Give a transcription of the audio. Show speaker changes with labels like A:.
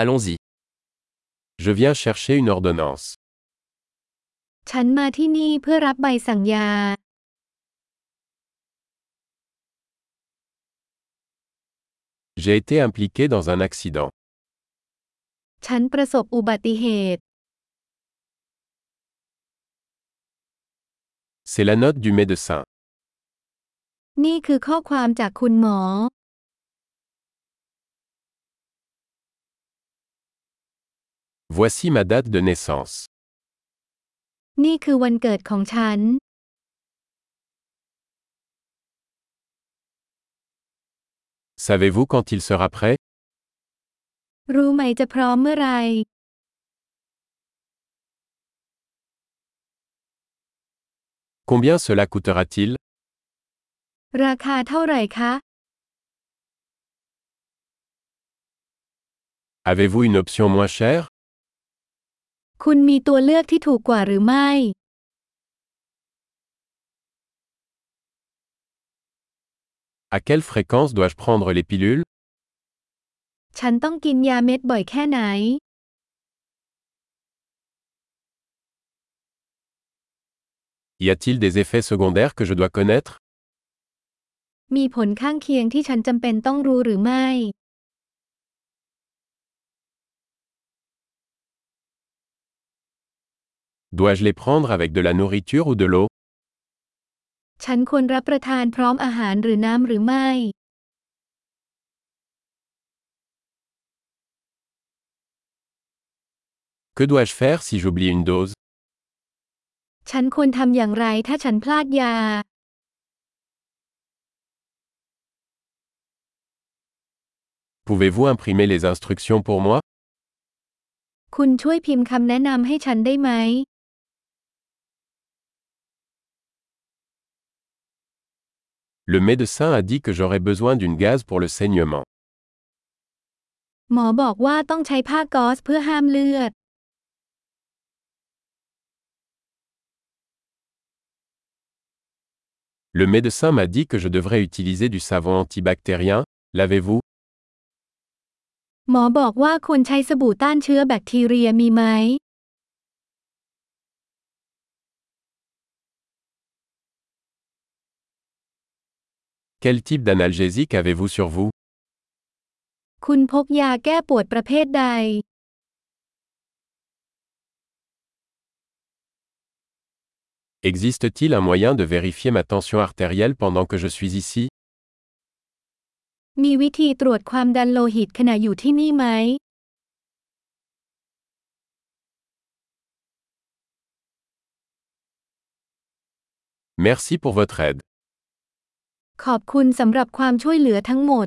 A: Allons-y. Je viens chercher une ordonnance.
B: ฉันมาที่นี่เพื่อรับใบสั่งยา
A: J'ai été impliqué dans un accident.
B: ฉันประสบอุบัติเหตุ
A: C'est la note du médecin.
B: นี่คือข้อความจากคุณหมอ
A: Voici ma date de naissance.
B: นี่คือวันเกิดของฉัน
A: Savez-vous quand il sera prêt
B: รู้ไหมจะพร้อมเมื่อไหร
A: Combien cela coûtera-t-il
B: ราคาเท่าไหร่คะ
A: Avez-vous une option moins chère
B: คุณมีตัวเลือกที่ถูกกว่าหรือไม่
A: À quelle fréquence dois-je prendre les pilules
B: ฉันต้องกินยาเม็ดบ่อยแค่ไหน
A: Y a-t-il des effets secondaires que je dois connaître
B: มีผลข้างเคียงที่ฉันจำเป็นต้องรู้หรือไม่
A: Dois-je les prendre avec de la nourriture ou de l'eau
B: ฉันควรรับประทานพร้อมอาหารหรือน้ำหรือไม่
A: Que dois-je faire si j'oublie une dose
B: ฉันควรทำอย่างไรถ้าฉันพลาดยา
A: Pouvez-vous imprimer les instructions pour moi
B: คุณช่วยพิมพ์คำแนะนำให้ฉันได้ไหม
A: Le médecin a dit que j'aurais besoin d'une gaz pour le saignement.
B: หมอบอกว่าต้องใช้ผ้าก๊อซเพื่อห้ามเลือด
A: Le médecin m'a dit que je devrais utiliser du savon antibactérien. L'avez-vous
B: หมอบอกว่าควรใช้สบู่ต้านเชื้อแบคทีเรียมีไหม
A: Quel type d'analgésique avez-vous sur vous
B: คุณพกยาแก้ปวดประเภทใด
A: Existe-t-il un moyen de vérifier ma tension artérielle pendant que je suis ici
B: มีวิธีตรวจความดันโลหิตขณะอยู่ที่นี่ไหม
A: Merci pour votre aide.
B: ขอบคุณสำหรับความช่วยเหลือทั้งหมด